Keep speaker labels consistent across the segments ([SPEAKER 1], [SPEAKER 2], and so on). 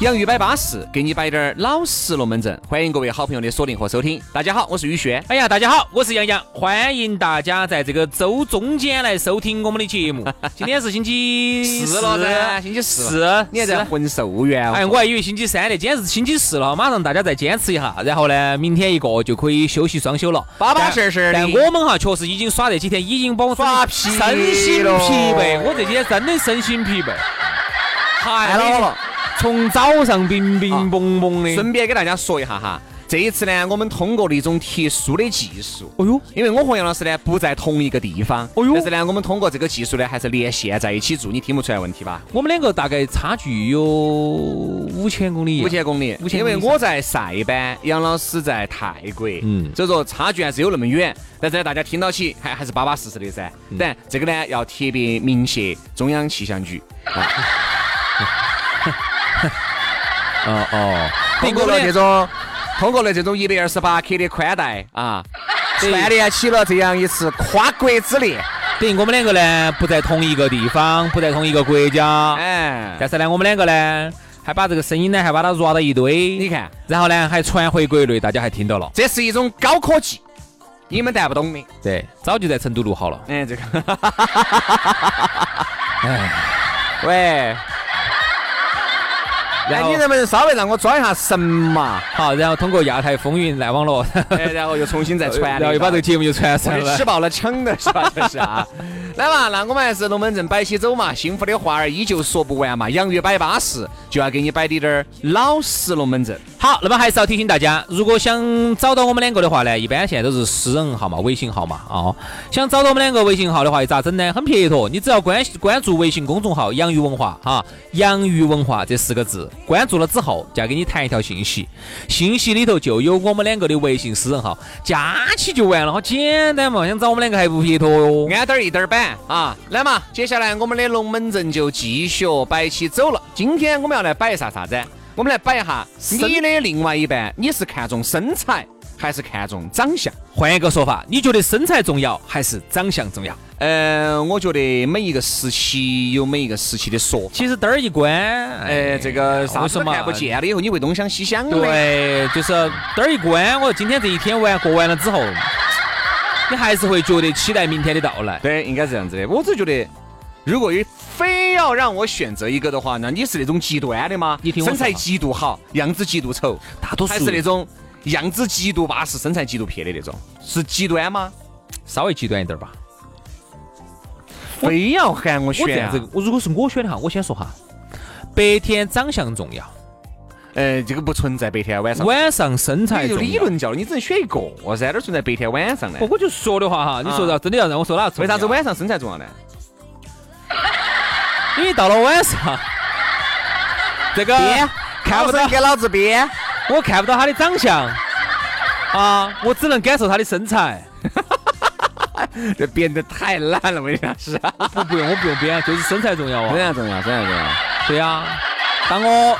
[SPEAKER 1] 洋芋摆巴适，给你摆点儿老实龙门阵。欢迎各位好朋友的锁定和收听。大家好，我是宇轩。
[SPEAKER 2] 哎呀，大家好，我是杨洋，欢迎大家在这个周中间来收听我们的 节目。今天是星期
[SPEAKER 1] 四了噻星期四
[SPEAKER 2] 四，
[SPEAKER 1] 你还在
[SPEAKER 2] 是
[SPEAKER 1] 魂兽园
[SPEAKER 2] 哎，
[SPEAKER 1] 哦？
[SPEAKER 2] 我还以为星期三呢，今天是星期四了哈，马上大家再坚持一下，然后呢，明天一个就可以休息双休了，
[SPEAKER 1] 巴巴
[SPEAKER 2] 但
[SPEAKER 1] 适适的
[SPEAKER 2] 但我们哈，确实已经耍这几天，已经把我耍疲
[SPEAKER 1] 耍疲
[SPEAKER 2] 身心疲
[SPEAKER 1] 了
[SPEAKER 2] 惫，我这几天真的身心疲惫，太
[SPEAKER 1] 太老了。
[SPEAKER 2] 从早上冰冰
[SPEAKER 1] 哎啊
[SPEAKER 2] 蹦蹦的，
[SPEAKER 1] 顺便给大家说一下哈，这一次呢，我们通过了一种特殊的技术。
[SPEAKER 2] 哎呦，
[SPEAKER 1] 因为我和杨老师呢不在同一个地方，
[SPEAKER 2] 哦哟
[SPEAKER 1] 但是呢，我们通过这个技术呢，还是连线在一起做，你听不出来问题吧？
[SPEAKER 2] 我们两个大概差距有五千公里，
[SPEAKER 1] 五千公里，
[SPEAKER 2] 五千
[SPEAKER 1] 因
[SPEAKER 2] 公里
[SPEAKER 1] 为我在塞班，杨老师在泰国，
[SPEAKER 2] 嗯
[SPEAKER 1] 所以说差距还是有那么远。但是呢，大家听到起还还是巴巴适适的噻。但这个呢，要特别鸣谢中央气象局啊，
[SPEAKER 2] 哦哦，
[SPEAKER 1] 通过了这种通过了这种一百二十八克的宽带啊，串联起了这样一次跨国之恋。
[SPEAKER 2] 等于我们两个呢不在同一个地方，不在同一个国家，
[SPEAKER 1] 哎，
[SPEAKER 2] 但是呢，我们两个呢还把这个声音呢还把它 rua 到一堆，
[SPEAKER 1] 你，看，
[SPEAKER 2] 然后呢还传回国内，大家还听到了，
[SPEAKER 1] 这是一种高科技，你们带不懂的。
[SPEAKER 2] 对，早就在成都录好了，
[SPEAKER 1] 哎，这个，哎，喂。
[SPEAKER 2] 然
[SPEAKER 1] 哎，
[SPEAKER 2] 后
[SPEAKER 1] 你能不能稍微让我装一下神嘛？
[SPEAKER 2] 好，然后通过亚太风云来网络，
[SPEAKER 1] 哎，然后又重新再传，
[SPEAKER 2] 然后又把这个节目又传上
[SPEAKER 1] 我
[SPEAKER 2] 了
[SPEAKER 1] 是吃，饱了撑的是吧？ 这是啊。来嘛，那我们还是龙门阵摆起走嘛，幸福的话儿依旧说不完嘛，洋芋摆巴适，就要给你摆滴点儿老实龙门阵。
[SPEAKER 2] 好，那么还是要提醒大家，如果想找到我们两个的话呢，一般现在都是私人号嘛，微信号嘛，哦，想找到我们两个微信号的话，咋整呢？很撇脱，你只要关关注微信公众号“洋芋文化”哈，“洋芋文化”这四个字，关注了之后，再给你弹一条信息，信息里头就有我们两个的微信私人号，加起就完了，好简单嘛，想找我们两个还不撇脱哟。
[SPEAKER 1] 安点儿一点儿板啊！来嘛，接下来我们的龙门阵就继续摆起走了。今天我们要来摆一下啥子？我们来摆一下你的另外一半，你是看重身材还是看重长相？
[SPEAKER 2] 换一个说法，你觉得身材重要还是长相重要？
[SPEAKER 1] 呃，我觉得每一个时期有每一个时期的说法。
[SPEAKER 2] 其实灯儿一关，
[SPEAKER 1] 哎，这个啥
[SPEAKER 2] 为
[SPEAKER 1] 子
[SPEAKER 2] 什
[SPEAKER 1] 都
[SPEAKER 2] 么
[SPEAKER 1] 看不见了以后，你会东想西想的。，
[SPEAKER 2] 对，就是灯儿一关，我今天这一天玩过完了之后，你还是会觉得期待明天的到来。
[SPEAKER 1] 对，应该是这样子的。我只觉得，如果有非要让我选择一个的话，那你是那种极端的吗？
[SPEAKER 2] 你听我
[SPEAKER 1] 身
[SPEAKER 2] 说
[SPEAKER 1] 材
[SPEAKER 2] 嘛
[SPEAKER 1] 极度好，样子极度丑，
[SPEAKER 2] 大多数
[SPEAKER 1] 还是那种样子极度巴适、身材极度撇的那种，是极端吗？
[SPEAKER 2] 稍微极端一点儿吧。
[SPEAKER 1] 非要喊我
[SPEAKER 2] 我这
[SPEAKER 1] 选、
[SPEAKER 2] 样
[SPEAKER 1] 啊
[SPEAKER 2] 子，，我如果是我选的哈，我先说哈，白天长相重要，
[SPEAKER 1] 呃，这个不存在白天晚上。
[SPEAKER 2] 晚上身材
[SPEAKER 1] 你就
[SPEAKER 2] 重
[SPEAKER 1] 理
[SPEAKER 2] 要。
[SPEAKER 1] 论教，你只能选一个哦噻，哪存在白天晚上呢
[SPEAKER 2] 不？我就说的话哈，你说要真的要让我说哪个
[SPEAKER 1] 啊
[SPEAKER 2] 重
[SPEAKER 1] 为
[SPEAKER 2] 要
[SPEAKER 1] 啥子？晚上身材重要呢？
[SPEAKER 2] 因为到了晚上，这个看不到，
[SPEAKER 1] 给啊老子 编！
[SPEAKER 2] 我看不到他的长相啊，我只能感受他的身材。
[SPEAKER 1] 这编得太烂了，我跟你讲是 啊，
[SPEAKER 2] 我不用，我不用编，就是身材重要啊。
[SPEAKER 1] 材重要，身材重要。
[SPEAKER 2] 对呀、当我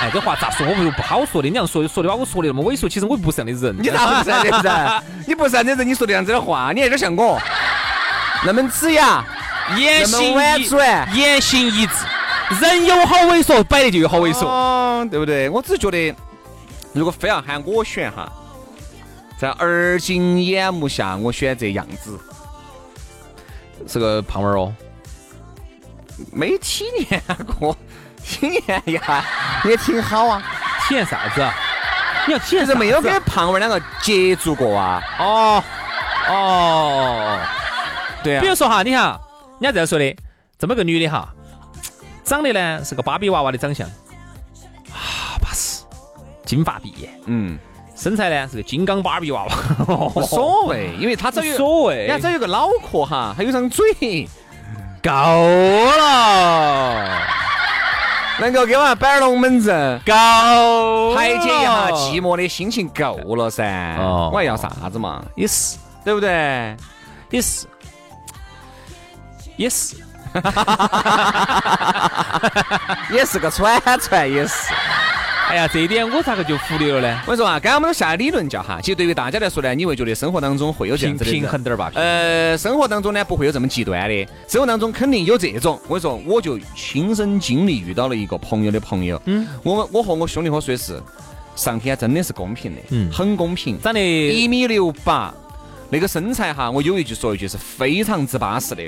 [SPEAKER 2] 哎，这话咋说？我不不好说的。你这样说说的把我说的那么猥琐，其实我又不是这样的人。
[SPEAKER 1] 你咋不是这样子？你不是这样子，你说这样子的话，你还有点像我，那么子呀，
[SPEAKER 2] 言
[SPEAKER 1] 那
[SPEAKER 2] 行
[SPEAKER 1] 么婉
[SPEAKER 2] 一
[SPEAKER 1] 转
[SPEAKER 2] 言行一致，人有好猥琐，摆的就有好猥琐。
[SPEAKER 1] 哦，对不对？我只觉得，如果非要喊我选哈，在耳今眼目下，我选这样子，
[SPEAKER 2] 是个胖娃儿哦，
[SPEAKER 1] 没体验过，体验一下也挺好啊，
[SPEAKER 2] 体验啥子啊？你要体验
[SPEAKER 1] 就是
[SPEAKER 2] 啥
[SPEAKER 1] 没有
[SPEAKER 2] 子
[SPEAKER 1] 跟
[SPEAKER 2] 啊
[SPEAKER 1] 胖娃儿两个接触过啊。
[SPEAKER 2] 哦哦。
[SPEAKER 1] 对啊
[SPEAKER 2] 比如说哈，你看，人家这样说的，这么个女的哈，长得呢是个芭比娃娃的长相，啊巴适，金发碧眼，
[SPEAKER 1] 嗯，
[SPEAKER 2] 身材呢是个金刚芭比娃娃，
[SPEAKER 1] 哦无所谓，因为他
[SPEAKER 2] 无
[SPEAKER 1] 只有
[SPEAKER 2] 所谓
[SPEAKER 1] 人家只有个脑壳哈，还有张嘴，
[SPEAKER 2] 够了，
[SPEAKER 1] 能够给娃摆龙门阵，
[SPEAKER 2] 够
[SPEAKER 1] 排解一下
[SPEAKER 2] 寂
[SPEAKER 1] 寂寞的心情够了噻。
[SPEAKER 2] 哦
[SPEAKER 1] 我还要啥子嘛？
[SPEAKER 2] 也是，
[SPEAKER 1] 对不对？
[SPEAKER 2] 也是，也是，
[SPEAKER 1] 也是个喘喘，也是。
[SPEAKER 2] 哎呀，这一点我咋个就忽略了呢？
[SPEAKER 1] 我跟你说啊，刚刚我们都下理论叫哈，其实对于大家来说呢，你会觉得生活当中会有这样
[SPEAKER 2] 平
[SPEAKER 1] 子的
[SPEAKER 2] 平
[SPEAKER 1] 人
[SPEAKER 2] 衡点儿吧，
[SPEAKER 1] 呃，生活当中呢不会有这么极端的，生活当中肯定有这种。我跟你说，我就亲身经历遇到了一个朋友的朋友，嗯，我我和我兄弟伙说的是，上天真的是公平的，
[SPEAKER 2] 嗯
[SPEAKER 1] 很公平。
[SPEAKER 2] 长得
[SPEAKER 1] 一米六八，那个身材哈，我有一句说一句是非常之巴适的，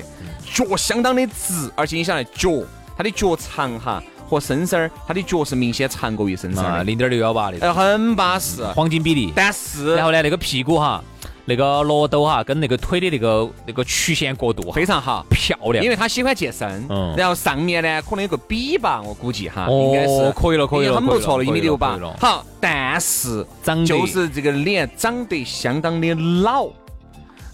[SPEAKER 1] 脚相当的直，而且你想来脚，他的脚长哈和身身儿，他的脚是明显长过于身身
[SPEAKER 2] 啊
[SPEAKER 1] 儿的，
[SPEAKER 2] 零点六幺八那种，
[SPEAKER 1] 呃，很巴适。
[SPEAKER 2] 黄金比例。
[SPEAKER 1] 但是
[SPEAKER 2] 然后呢，那个屁股哈，那个罗兜哈，跟那个腿的那个那个曲线过渡哈
[SPEAKER 1] 非常好，
[SPEAKER 2] 漂亮，
[SPEAKER 1] 因为他喜欢健身，
[SPEAKER 2] 嗯
[SPEAKER 1] 然后上面呢可能有个比吧，我估计哈，应
[SPEAKER 2] 哦
[SPEAKER 1] 该是
[SPEAKER 2] 可以了可
[SPEAKER 1] 已
[SPEAKER 2] 以了
[SPEAKER 1] 经很不错了，一
[SPEAKER 2] 可以了
[SPEAKER 1] 米六
[SPEAKER 2] 可
[SPEAKER 1] 八
[SPEAKER 2] 以了。嗯
[SPEAKER 1] 好，但是
[SPEAKER 2] 长得
[SPEAKER 1] 就是这个脸长得相当的老，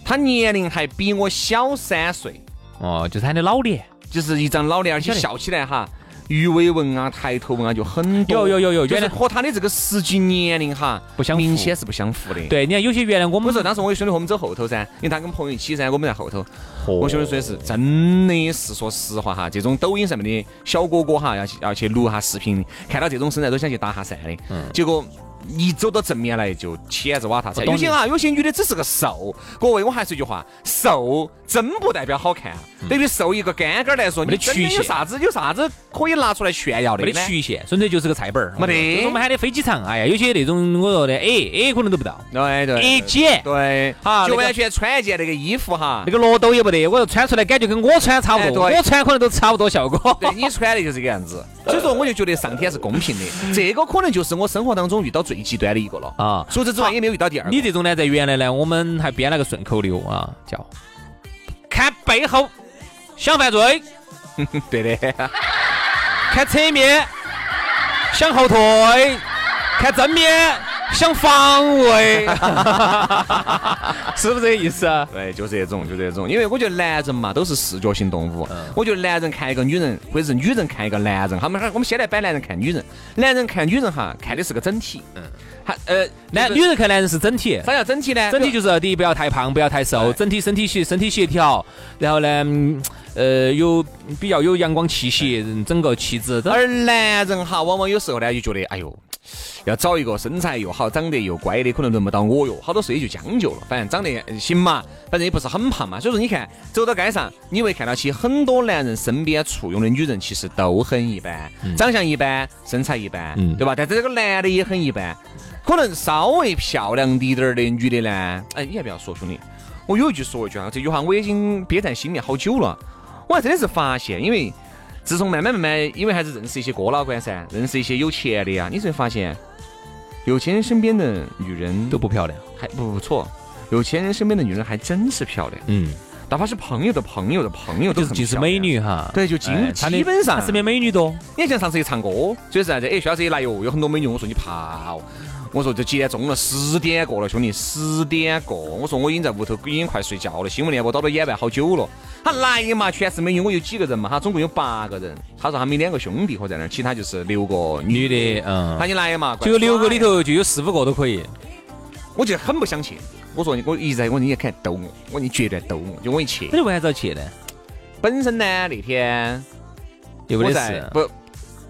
[SPEAKER 1] 他年龄还比我小三岁，
[SPEAKER 2] 哦，就是他的老脸，
[SPEAKER 1] 就是一张老脸，而且
[SPEAKER 2] 晓得
[SPEAKER 1] 笑起来哈。鱼尾纹啊，抬头纹啊，就很多。
[SPEAKER 2] 有有有有
[SPEAKER 1] 就
[SPEAKER 2] 原
[SPEAKER 1] 是
[SPEAKER 2] 来
[SPEAKER 1] 和他的这个实际年龄哈
[SPEAKER 2] 不相符
[SPEAKER 1] 明显是不相符的。，
[SPEAKER 2] 对，你看有些原来我
[SPEAKER 1] 我
[SPEAKER 2] 们
[SPEAKER 1] 说当时我有兄弟和我们走后头噻，因为他跟朋友一起噻，我们在后头。
[SPEAKER 2] 哦
[SPEAKER 1] 我兄弟说的是真的是说实话哈，这种抖音上面的小哥哥哈，要去要去录下视频，看到这种身材都想去搭下讪的，
[SPEAKER 2] 嗯
[SPEAKER 1] 结果。一走到正面来就牵着瓦塔噻，
[SPEAKER 2] 懂
[SPEAKER 1] 有些啊，有些女的只是个瘦。各位，我还是一句话，瘦真不代表好看。啊对于瘦一个杆杆来说，
[SPEAKER 2] 嗯没
[SPEAKER 1] 你
[SPEAKER 2] 得
[SPEAKER 1] 真的
[SPEAKER 2] 曲线
[SPEAKER 1] 有啥子有啥子可以拿出来炫耀的
[SPEAKER 2] 没
[SPEAKER 1] 呢
[SPEAKER 2] 得？曲线，纯粹就是个菜本儿，
[SPEAKER 1] 没得
[SPEAKER 2] 就是我们喊的飞机场，哎呀，有些那种我说的 A A 可能都不到
[SPEAKER 1] 对对
[SPEAKER 2] ，A
[SPEAKER 1] 对
[SPEAKER 2] 几，
[SPEAKER 1] 对，
[SPEAKER 2] 哈
[SPEAKER 1] 就
[SPEAKER 2] 啊那个
[SPEAKER 1] 完全穿一件那个衣服哈
[SPEAKER 2] 那，个罗兜也不得，我说穿出来感觉跟我穿差不多，
[SPEAKER 1] 哎对
[SPEAKER 2] 我穿可能都差不多效果。
[SPEAKER 1] 对你穿的就是这个样子，所以说我就觉得上天是公平的，这个可能就是我生活当中遇到最极端的一个了
[SPEAKER 2] 啊
[SPEAKER 1] 除此之外也没有遇到第二个
[SPEAKER 2] 你。这种呢，在原来呢，我们还编了个顺口溜啊，叫看背后想犯罪，
[SPEAKER 1] 对的，
[SPEAKER 2] 看侧面想后退，看正面想防 卫， 是不是这个意思啊？
[SPEAKER 1] 对，就这种，就这种，因为我觉得男人嘛都是视觉性动物，我觉得男人看一个女人，或者是女人看一个男人，他们我们先来摆男人看女人，男人看女人哈，看的是个整体，嗯，他呃，
[SPEAKER 2] 男
[SPEAKER 1] 就是
[SPEAKER 2] 女人看男人是整体。
[SPEAKER 1] 啥叫整体呢？
[SPEAKER 2] 整体就是第一，不要太胖，不要太瘦，
[SPEAKER 1] 对
[SPEAKER 2] 整体身体协身体协调，然后呢，嗯呃，有比较有阳光气息，
[SPEAKER 1] 哎
[SPEAKER 2] 嗯整个气质都
[SPEAKER 1] 而男人哈，往往有时候呢就觉得，哎呦，要找一个身材又好、长得又乖的，可能轮不到我哟。好多事情就将就了，反正长得呃行嘛，反正也不是很胖嘛。所以说，你看走到街上，你会看到起很多男人身边簇拥的女人，其实都很一般，长相一般，身材一般，
[SPEAKER 2] 嗯
[SPEAKER 1] 对吧？但是这个男的也很一般，可能稍微漂亮滴点儿的女的呢，哎，你还不要说，兄弟，我有一句说一句啊，这句话我已经憋在心里好久了，我还真的是发现，因为。自从慢慢慢慢，因为还是认识一些哥老倌噻，认识一些有钱的呀，你才会发现，有钱人身边的女人
[SPEAKER 2] 都不漂亮。
[SPEAKER 1] 还不错，有钱人身边的女人还真是漂亮，
[SPEAKER 2] 嗯，
[SPEAKER 1] 哪怕是朋友的朋友的朋友都
[SPEAKER 2] 就
[SPEAKER 1] 很漂
[SPEAKER 2] 是
[SPEAKER 1] 亮
[SPEAKER 2] 尽是美，女哈。
[SPEAKER 1] 对，就基
[SPEAKER 2] 哎她的
[SPEAKER 1] 基本上
[SPEAKER 2] 她身边美女多。
[SPEAKER 1] 你像上次去唱歌，所以啥子？哎，徐老师一来哟，有很多美女。我说你怕哦，我说这几点钟了？十点过了，兄弟，十点过。我说我已经在屋头，已经快睡觉了。新闻联播倒到演完好久了。他来嘛，全是美女。我有几个人嘛？他总共有八个人。他说他们两个兄弟伙在那儿，其他就是六个
[SPEAKER 2] 女
[SPEAKER 1] 女
[SPEAKER 2] 的，嗯
[SPEAKER 1] 他，一来嘛，
[SPEAKER 2] 就有六个里，头就有四五个都可以。
[SPEAKER 1] 我就很不想去。我说你，我一直在我说你看逗我，我说你绝对逗我，就我一去
[SPEAKER 2] 那。你为啥子要去呢？
[SPEAKER 1] 本身呢那天
[SPEAKER 2] 又
[SPEAKER 1] 我
[SPEAKER 2] 没得
[SPEAKER 1] 在
[SPEAKER 2] 事，啊
[SPEAKER 1] 不，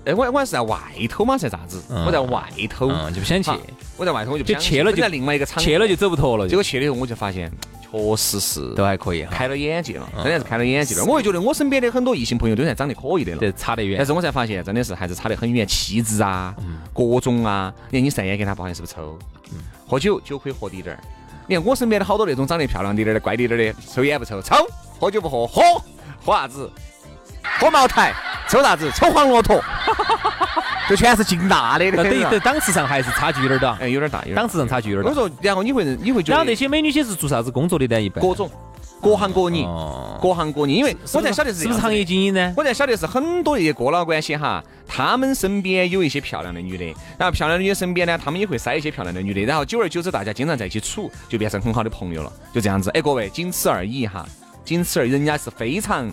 [SPEAKER 1] 哎我我还是在外头嘛，是在啥子？
[SPEAKER 2] 嗯
[SPEAKER 1] 我在外头。
[SPEAKER 2] 嗯，就不想去，
[SPEAKER 1] 好我在外头我就不
[SPEAKER 2] 就
[SPEAKER 1] 想
[SPEAKER 2] 去了就
[SPEAKER 1] 本来另外一个厂
[SPEAKER 2] 去了就走不脱了，
[SPEAKER 1] 结
[SPEAKER 2] 就
[SPEAKER 1] 果去了以后我就发现，确实是
[SPEAKER 2] 都还可以哈，
[SPEAKER 1] 开了眼界了，
[SPEAKER 2] 嗯
[SPEAKER 1] 真的是开了眼界了。我就觉得我身边的很多异性朋友都算长得可以的了。
[SPEAKER 2] 这差得
[SPEAKER 1] 但
[SPEAKER 2] 远。
[SPEAKER 1] 是我才发现，真的是还是差得很远，气质啊，
[SPEAKER 2] 嗯
[SPEAKER 1] 各种啊，你看你晒眼给他不好意思不抽，喝酒酒可以喝滴点儿。你看我身边的好多那种长得漂亮滴点儿的、乖滴点儿的，抽烟不抽，抽；喝酒不喝，喝；喝啥子？喝茅台，抽啥子？抽黄骆驼， 就全是劲大的。
[SPEAKER 2] 那等于
[SPEAKER 1] 你
[SPEAKER 2] 在
[SPEAKER 1] 说
[SPEAKER 2] 档次上还是差距有点儿大，
[SPEAKER 1] 啊哎，有点大，有点大
[SPEAKER 2] 档。次上差距有点
[SPEAKER 1] 我
[SPEAKER 2] 儿大。
[SPEAKER 1] 说，然后你会你会觉
[SPEAKER 2] 然后
[SPEAKER 1] 得
[SPEAKER 2] 那些美女些是做啥子工作的呢？一般
[SPEAKER 1] 各种各行各业，
[SPEAKER 2] 哦
[SPEAKER 1] 各行各业，因为我才晓得
[SPEAKER 2] 是不是行业
[SPEAKER 1] 业。
[SPEAKER 2] 精英呢？
[SPEAKER 1] 我才晓得是很多一些哥老倌些哈，他们身边有一些漂亮的女的，然后漂亮的女的身边呢，他们也会塞一些漂亮的女的，然后久而久之，大家经常在一起处，就变成很好的朋友了，就这样子。哎，各位，仅此而已哈，仅此而已，人家是非常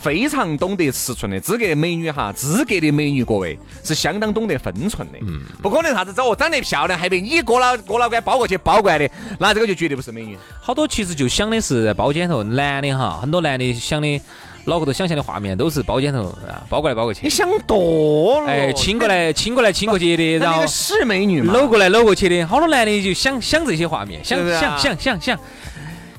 [SPEAKER 1] 非常懂得尺寸的，资格的美女哈，资格的美女各位是相当懂得分寸的，嗯，不可能啥子找我长得漂亮还被你哥老哥老倌包过去包过来的，那这个就绝对不是美女。
[SPEAKER 2] 好多其实就想的是包间头，男的哈，很多男的想的脑壳头想象的画面都是包间头啊，包过来包过
[SPEAKER 1] 你
[SPEAKER 2] 去，
[SPEAKER 1] 想多了，
[SPEAKER 2] 哎，亲过来哦亲过来亲过去的，
[SPEAKER 1] 那，
[SPEAKER 2] 然
[SPEAKER 1] 那
[SPEAKER 2] 后
[SPEAKER 1] 个是美女吗？
[SPEAKER 2] 搂过来搂过去的，好多男的就想想这些画面，想
[SPEAKER 1] 对不对啊
[SPEAKER 2] 想想想想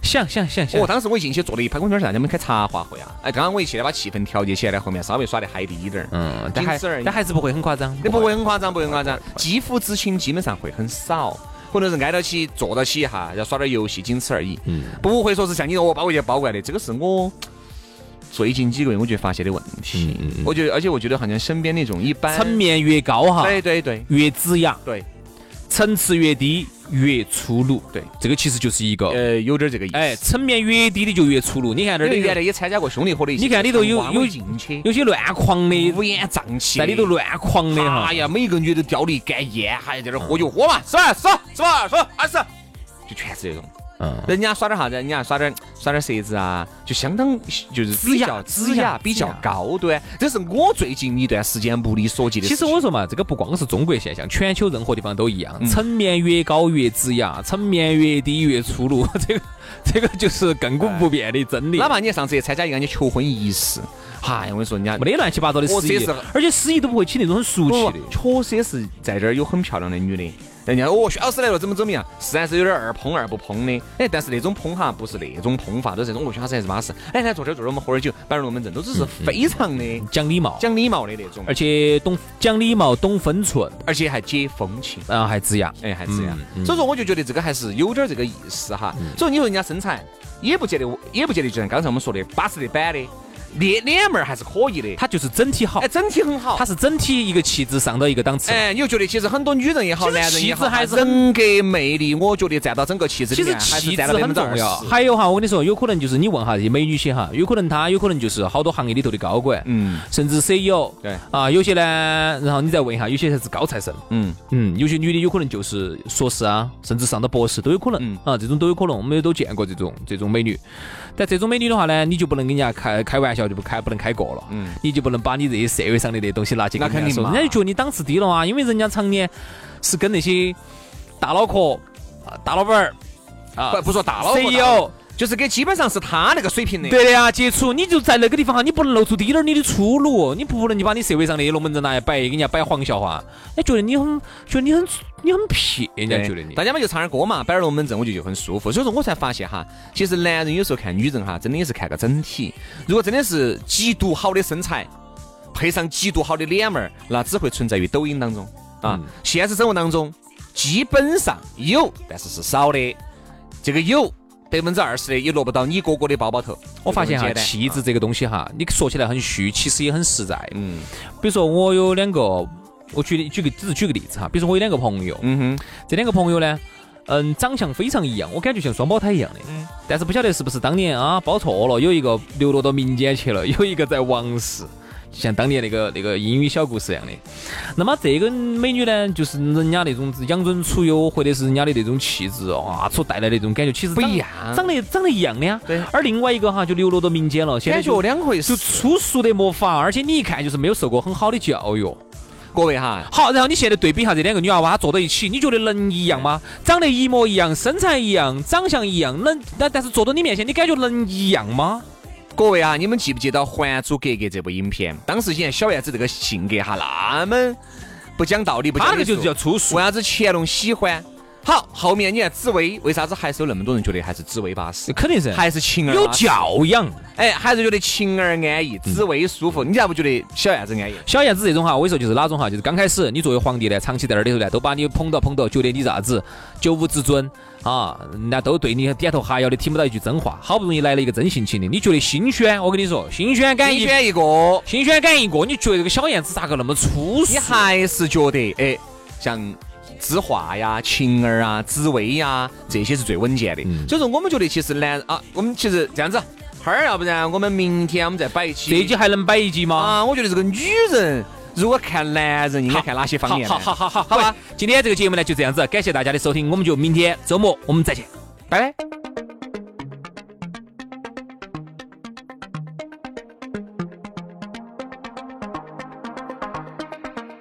[SPEAKER 2] 想想想
[SPEAKER 1] 哦，
[SPEAKER 2] 想，
[SPEAKER 1] 当时我进去坐了一排，我说啥？你们开茶话会啊？哎，刚刚我一去呢，把气氛调节起来了，后面稍微耍得嗨低一点儿。
[SPEAKER 2] 嗯，但
[SPEAKER 1] 仅此而
[SPEAKER 2] 还
[SPEAKER 1] 已
[SPEAKER 2] 但还是不会很夸张，
[SPEAKER 1] 你不会很夸张，不会很夸张。肌肤之亲基本上会很少，可能是挨到起坐到起一下，要耍点游戏，仅此而已。
[SPEAKER 2] 嗯
[SPEAKER 1] 不会说是像你我包过去包过来的，这个是我最近几个月我觉得发现的问题。
[SPEAKER 2] 嗯嗯啊嗯
[SPEAKER 1] 我觉得，而且我觉得好像身边那种一般，
[SPEAKER 2] 层面越高哈，
[SPEAKER 1] 对对对
[SPEAKER 2] 越子牙，
[SPEAKER 1] 哎对，
[SPEAKER 2] 层次越低越粗鲁，
[SPEAKER 1] 对，
[SPEAKER 2] 这个其实就是一个，
[SPEAKER 1] 呃，有点这个意思。
[SPEAKER 2] 哦哎，层面越低的就越粗鲁，你看这
[SPEAKER 1] 因
[SPEAKER 2] 儿
[SPEAKER 1] 为
[SPEAKER 2] 里
[SPEAKER 1] 原来
[SPEAKER 2] 头
[SPEAKER 1] 也参加过兄弟伙的一些，
[SPEAKER 2] 你看里头有
[SPEAKER 1] 哇
[SPEAKER 2] 有
[SPEAKER 1] 我进去，
[SPEAKER 2] 有些乱狂的，
[SPEAKER 1] 乌烟瘴气，
[SPEAKER 2] 在里头乱狂的哈
[SPEAKER 1] 哎，呀，每个女的叼了一杆烟，还在那儿喝就喝嘛，是吧？是吧是吧？是吧二十，就全是这种。
[SPEAKER 2] 嗯，
[SPEAKER 1] 人家耍点啥子？人家耍点耍点蛇子啊，就相当就是
[SPEAKER 2] 指
[SPEAKER 1] 比
[SPEAKER 2] 甲
[SPEAKER 1] 较
[SPEAKER 2] 指甲
[SPEAKER 1] 指甲比较
[SPEAKER 2] 指甲
[SPEAKER 1] 高端。这是我最近一段时间目力所及的
[SPEAKER 2] 其
[SPEAKER 1] 事情。
[SPEAKER 2] 实我说嘛，这个不光是中国现象，全球任何地方都一样，
[SPEAKER 1] 嗯
[SPEAKER 2] 层面越高越枝桠，层面越低越粗鲁， 这个这个就是亘古不变的真理。
[SPEAKER 1] 哪怕你上次也参加一个人家求婚仪式，嗨，我跟你说，人家
[SPEAKER 2] 没得乱七八糟的
[SPEAKER 1] 我
[SPEAKER 2] 司仪
[SPEAKER 1] 这是，
[SPEAKER 2] 而且司仪都不会请那种很俗气
[SPEAKER 1] 不
[SPEAKER 2] 的。
[SPEAKER 1] 确实也是在这儿有很漂亮的女的。人家哦，薛老师来了，怎么怎么样？是还是有点二捧二不捧的，哎，但是那种捧哈，不是那种捧法，都是那种哦，薛老师还是巴适，哎，来坐这儿坐这儿，我们喝点酒，摆点龙门阵，都只是非常的
[SPEAKER 2] 讲礼貌，
[SPEAKER 1] 讲礼貌的那种，
[SPEAKER 2] 嗯而且懂讲礼貌，懂分寸，
[SPEAKER 1] 而且还解风情。
[SPEAKER 2] 然后还枝桠。
[SPEAKER 1] 哎，还是这样
[SPEAKER 2] 嗯。嗯
[SPEAKER 1] 所以说，我就觉得这个还是有点这个意思哈。所以你说人家身材也不见得，也不见得就像刚才我们说的巴适的板的，脸脸面儿还是可以的，
[SPEAKER 2] 它就是整体好
[SPEAKER 1] 哎，，整体很好
[SPEAKER 2] 它。是整体一个气质上到一个档次。
[SPEAKER 1] 哎，你就觉得其实很多女人也好，
[SPEAKER 2] 其实
[SPEAKER 1] 男人也
[SPEAKER 2] 气质
[SPEAKER 1] 好，
[SPEAKER 2] 还是很
[SPEAKER 1] 人格魅力，我觉得占到整个气质
[SPEAKER 2] 其
[SPEAKER 1] 里
[SPEAKER 2] 实
[SPEAKER 1] 面，还
[SPEAKER 2] 气
[SPEAKER 1] 是
[SPEAKER 2] 质
[SPEAKER 1] 占到
[SPEAKER 2] 很重要。
[SPEAKER 1] 20%
[SPEAKER 2] 还有哈，我跟你说，有可能就是你问哈这些美女些哈，有可能她有可能就是好多行业里头的高管，
[SPEAKER 1] 嗯，
[SPEAKER 2] 甚至 CEO。
[SPEAKER 1] 对
[SPEAKER 2] 啊，有些呢，然后你再问一下，有些才是高材生，
[SPEAKER 1] 嗯，
[SPEAKER 2] 嗯，有些女的有可能就是硕士啊，甚至上到博士都有可能，
[SPEAKER 1] 嗯
[SPEAKER 2] 啊，这种都有可能，我们也都见过这种这种美女。但这种美女的话呢，你就不能跟人家开开玩笑，就不开不能开过了，
[SPEAKER 1] 嗯
[SPEAKER 2] 你就不能把你这些社会上的那东西拿去跟
[SPEAKER 1] 那
[SPEAKER 2] 人家
[SPEAKER 1] 肯定
[SPEAKER 2] 说，
[SPEAKER 1] 嘛
[SPEAKER 2] 人家就觉得你档次低了啊，因为人家常年是跟那些大脑壳、啊大老板儿啊
[SPEAKER 1] 不不说大佬
[SPEAKER 2] ，CEO。
[SPEAKER 1] E 就是跟基本上是他那个水平的。
[SPEAKER 2] 对的呀，接触你就在那个地方哈，你不能露出滴点儿你的粗鲁，你不能就把你社会上那些龙门阵拿来摆，给人家摆黄笑话，人家觉得你很，觉得你很，你很撇，人家
[SPEAKER 1] 对，
[SPEAKER 2] 觉得你
[SPEAKER 1] 大。家嘛就唱点歌嘛，摆点龙门阵，我就就很舒服。所以说我才发现哈，其实男人有时候看女人哈，真的也是看个整体。如果真的是极度好的身材，配上极度好的脸面儿，那只会存在于抖音当中啊
[SPEAKER 2] 嗯。
[SPEAKER 1] 现实生活当中基本上有，但是是少的。这个有百分之二十的也落不到你哥哥的包包头。
[SPEAKER 2] 我发现
[SPEAKER 1] 就这
[SPEAKER 2] 哈，
[SPEAKER 1] 么简单
[SPEAKER 2] 气质
[SPEAKER 1] 啊
[SPEAKER 2] 这个东西哈，你说起来很虚，其实也很实在。
[SPEAKER 1] 嗯
[SPEAKER 2] 比如说我有两个，我举例举个只是举个例子哈，比如说我有两个朋友，
[SPEAKER 1] 嗯
[SPEAKER 2] 这两个朋友呢，嗯，长相非常一样，我感觉像双胞胎一样的。
[SPEAKER 1] 嗯
[SPEAKER 2] 但是不晓得是不是当年啊包错了，有一个流落到民间去了， 有一个在王室，就像当年那个那个英语小故事一样的。那么这个美女呢，就是人家那种养尊处优，或者是人家的那种气质啊，所带来的那种感觉，其实
[SPEAKER 1] 不
[SPEAKER 2] 长
[SPEAKER 1] 一样
[SPEAKER 2] 长得长得一样的呀。
[SPEAKER 1] 对
[SPEAKER 2] 而另外一个哈，就流落到民间了，
[SPEAKER 1] 哼，
[SPEAKER 2] 现在
[SPEAKER 1] 感觉
[SPEAKER 2] 就
[SPEAKER 1] 两回
[SPEAKER 2] 就
[SPEAKER 1] 事。
[SPEAKER 2] 粗俗的没法，而且你一看就是没有受过很好的教育。
[SPEAKER 1] 各位哈，
[SPEAKER 2] 好，然后你现在对比一下这两个女娃娃，她坐到一起，你觉得能一样吗？长得一模一样，身材一样，长相一样，能但但是坐到你面前，你感觉能一样吗？
[SPEAKER 1] 各位啊，你们记不记得《还珠格格》这部影片？当时演小燕子这个性格哈，那么不讲道理，不讲
[SPEAKER 2] 她那
[SPEAKER 1] 理
[SPEAKER 2] 个就是
[SPEAKER 1] 数
[SPEAKER 2] 叫粗俗
[SPEAKER 1] 为。啥子乾隆喜欢？好，后面你看紫薇，为啥子还是有那么多人觉得还是紫薇巴适，
[SPEAKER 2] 肯定是
[SPEAKER 1] 还是晴儿
[SPEAKER 2] 有
[SPEAKER 1] 巴适
[SPEAKER 2] 教养。
[SPEAKER 1] 哎，还是觉得晴儿安逸，紫薇舒服。你咋不觉得小燕子安逸？
[SPEAKER 2] 小燕子这种哈，我跟你说就是哪种哈，就是刚开始你作为皇帝呢，长期在那儿里头呢，都把你捧到捧到，觉得你啥子九五之尊啊，人家都对你点头哈腰的，听不到一句真话。好不容易来了一个真性情的，你觉得新鲜？我跟你说，新鲜感
[SPEAKER 1] 你
[SPEAKER 2] 一
[SPEAKER 1] 选一个，
[SPEAKER 2] 新鲜感一过，你觉得这个小燕子咋个那么粗俗？
[SPEAKER 1] 你还是觉得哎，像知画呀、晴儿啊、紫薇呀，这些是最稳健的。
[SPEAKER 2] 嗯
[SPEAKER 1] 所以说，我们觉得其实男啊，我们其实这样子，哈儿，要不然我们明天我们再摆一期
[SPEAKER 2] 这一集还能摆一集吗？
[SPEAKER 1] 啊，我觉得这个女人如果看男人，应该看哪些方面？
[SPEAKER 2] 啊好好好好好，
[SPEAKER 1] 好
[SPEAKER 2] 好吧
[SPEAKER 1] 吧，
[SPEAKER 2] 今天这个节目呢就这样子，感谢大家的收听，我们就明天周末我们再见。
[SPEAKER 1] 拜拜。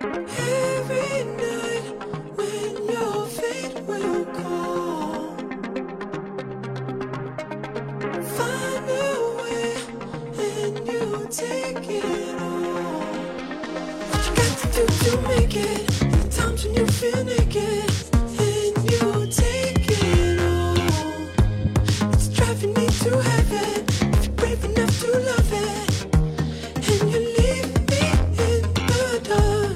[SPEAKER 3] Every night when your fate will call, find a way and you take it all. What you got to do to make it? The times when you feel naked and you take it all. It's driving me to heaven. If you're brave enough to love it, and you leave me in the dark.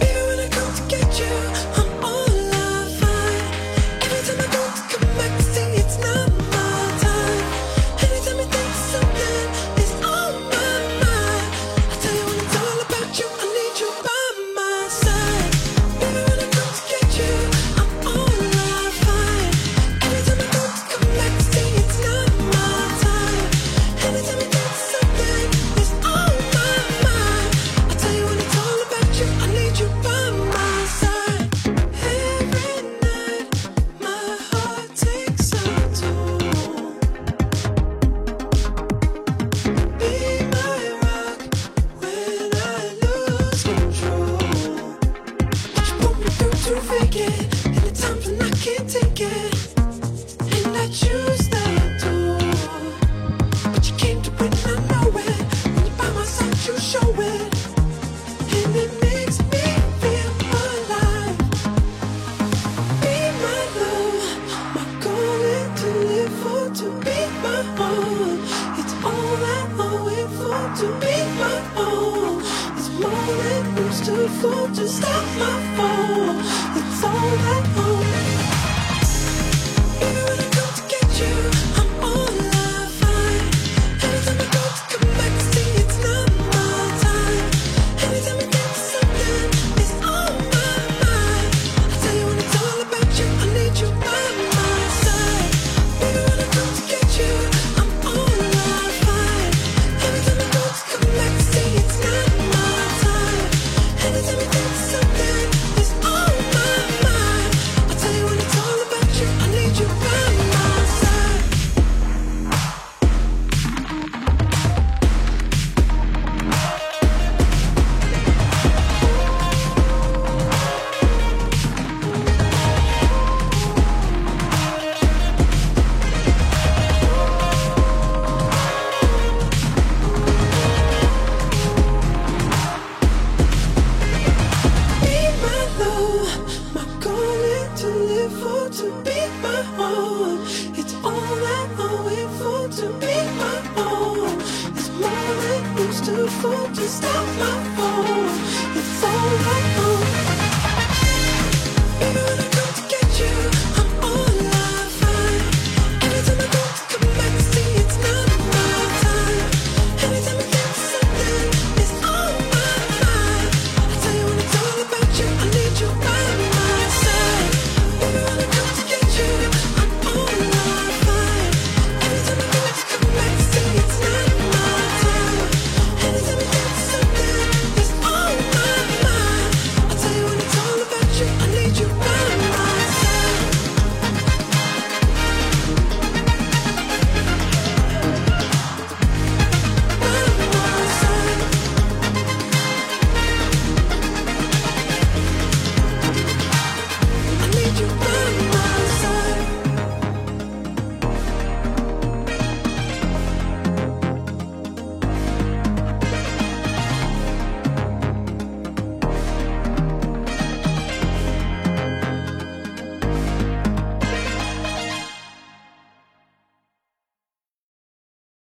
[SPEAKER 3] Baby, when I come to get you, I'm all I find. Every time I go to come back to see, it's not my time. Anytime you think something is on my mind, I tell you when it's all about you, I need you by my side. Baby, when I come to get you, I'm all I find. Every time I go to come back to see, it's not my time. Anytime you think something is on my mind, I tell you when it's all about you, I need you by my side. Every night, my heart takes a toll. Be my rock when I lose control. What you want me to do to fake it? In the times when I can't take it, and I choose that door. But you came to win, I know it. When you're by my side, you show it. And it makes me feel alive. Be my love, my calling to live for, to be my own. It's all that I wait for, to be my own. It's more than you stood for, to stop my fall. It's all that I wait for. Baby, when I come to get you, I'm all I find. Anytime I go to come back to see, it's not my time. Anytime I think something is on my mind, I tell you when it's all about you, I need you by my side. Baby, when I come to get you, I'm all I find. Anytime I go to come back to see, it's not my time. Anytime I think something is on my mind, I tell you when it's all about you, I need you by my side. Be my love, my calling to live for, to be my own. It's all that I wait for, to be my own. It's more than used to for, to stop my fall. It's all that I